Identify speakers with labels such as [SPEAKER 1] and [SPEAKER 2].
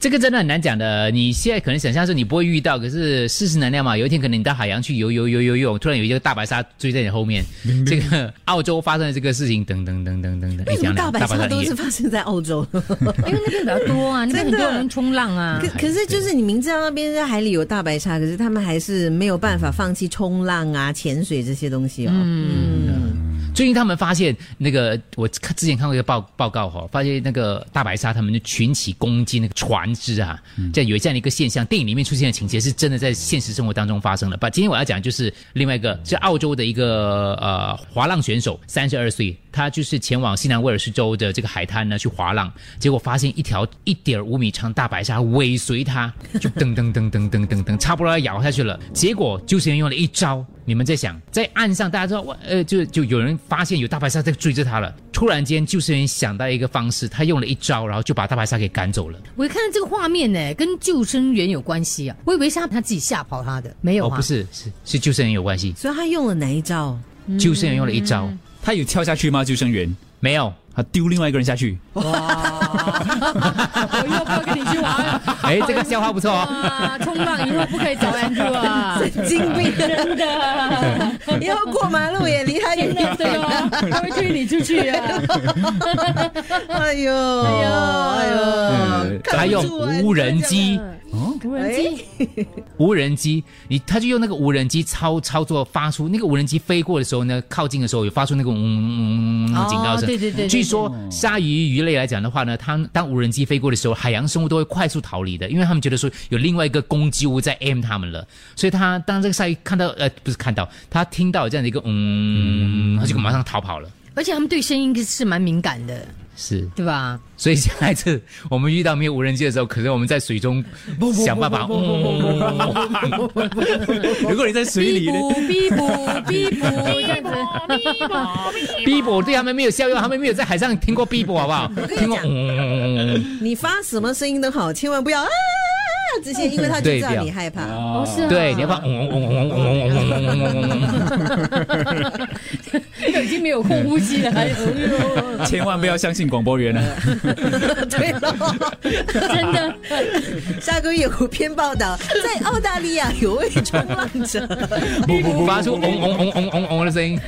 [SPEAKER 1] 这个真的很难讲的。你现在可能想象是你不会遇到，可是世事难料嘛。有一天可能你到海洋去游游游游游，突然有一个大白鲨追在你后面。这个澳洲发生的这个事情，等等等等等等，
[SPEAKER 2] 为
[SPEAKER 1] 哎
[SPEAKER 2] 什么
[SPEAKER 1] 讲了
[SPEAKER 2] 大白鲨都
[SPEAKER 1] 也
[SPEAKER 2] 是发生在澳 洲？
[SPEAKER 3] 因为哎那边比较多 啊，那边
[SPEAKER 2] 真
[SPEAKER 3] 很
[SPEAKER 2] 的
[SPEAKER 3] 多人冲浪啊
[SPEAKER 2] 可。可是就是你明知道那边在海里有大白鲨，可是他们还是没有办法放弃冲浪啊、潜水这些东西哦。嗯，
[SPEAKER 1] 最近他们发现那个，我看之前看过一个报报告哈、发现那个大白鲨他们就群起攻击那个船只啊，这样有这样的一个现象，电影里面出现的情节是真的在现实生活当中发生的。把今天我要讲的就是另外一个是澳洲的一个呃滑浪选手，三十二岁，他就是前往西南威尔士州的这个海滩呢去滑浪，结果发现一条一点五米长大白鲨尾随他，就噔噔噔噔噔噔噔，差不多要咬下去了，结果救生员用了一招。你们在想，在岸上大家知道，哇呃，就就有人发现有大白鲨在追着他了。突然间，救生员想到一个方式，他用了一招，然后就把大白鲨给赶走了。
[SPEAKER 3] 我一看到这个画面呢，跟救生员有关系啊，我以为是他自己吓跑他的，没有
[SPEAKER 1] 哦，
[SPEAKER 3] 啊，
[SPEAKER 1] 不 是，是是救生员有关系，
[SPEAKER 2] 所以他用了哪一招？
[SPEAKER 1] 救生员用了一招，
[SPEAKER 4] 他有跳下去吗？救生员，
[SPEAKER 1] 没有。
[SPEAKER 4] 他丢另外一个人下去，
[SPEAKER 3] 我以哦后不要跟你去玩 啊。
[SPEAKER 1] 哎，这个笑话不错哦。
[SPEAKER 3] 哇啊冲浪以后不可以找 Andrew 啊！
[SPEAKER 2] 神经病！
[SPEAKER 3] 真的，
[SPEAKER 2] 以后过马路也离他远
[SPEAKER 3] 真的，对哦，他会推你出去啊！
[SPEAKER 2] 哎呦，哎呦，哎呦
[SPEAKER 4] 嗯，
[SPEAKER 1] 他用无人机，
[SPEAKER 3] 无人
[SPEAKER 2] 哎
[SPEAKER 3] 机，
[SPEAKER 1] 无人机，你他就用那个无人机操操作发出那个无人机飞过的时候呢，靠近的时候有发出那个嗡嗡嗡嗡嗡警告声。
[SPEAKER 3] 哦对对对对
[SPEAKER 1] 据说鲨鱼鱼类来讲的话呢，它当无人机飞过的时候，海洋生物都会快速逃离的，因为他们觉得说有另外一个攻击物在 aim 他们了。所以它当这个鲨鱼看到呃不是看到，它听到有这样的一个嗯，它就马上逃跑了。
[SPEAKER 3] 而且他们对声音是蛮敏感的，
[SPEAKER 1] 是，
[SPEAKER 3] 对吧？
[SPEAKER 1] 所以下一次我们遇到没有无人机的时候，可能我们在水中想办法。
[SPEAKER 4] 如果你在水里
[SPEAKER 3] 逼
[SPEAKER 4] 呢？
[SPEAKER 3] 补逼补逼补这 样子，
[SPEAKER 1] 逼波对他们没有效用，他们没有在海上听过逼波，好不好？听过，嗯，
[SPEAKER 2] 你发什么声音都好，千万不要啊这些，因为他就知道你害怕。
[SPEAKER 3] 哦是啊，
[SPEAKER 1] 对，你要把嗡嗡嗡嗡嗡嗡嗡嗡嗡嗡，
[SPEAKER 3] 已经没有空呼吸了，哎还 有
[SPEAKER 4] 千万不要相信广播员啊！
[SPEAKER 2] 对了，
[SPEAKER 3] 真的，
[SPEAKER 2] 下个月有篇报道，在澳大利亚有位冲浪者。
[SPEAKER 1] 发出嗡嗡嗡嗡嗡嗡的声音。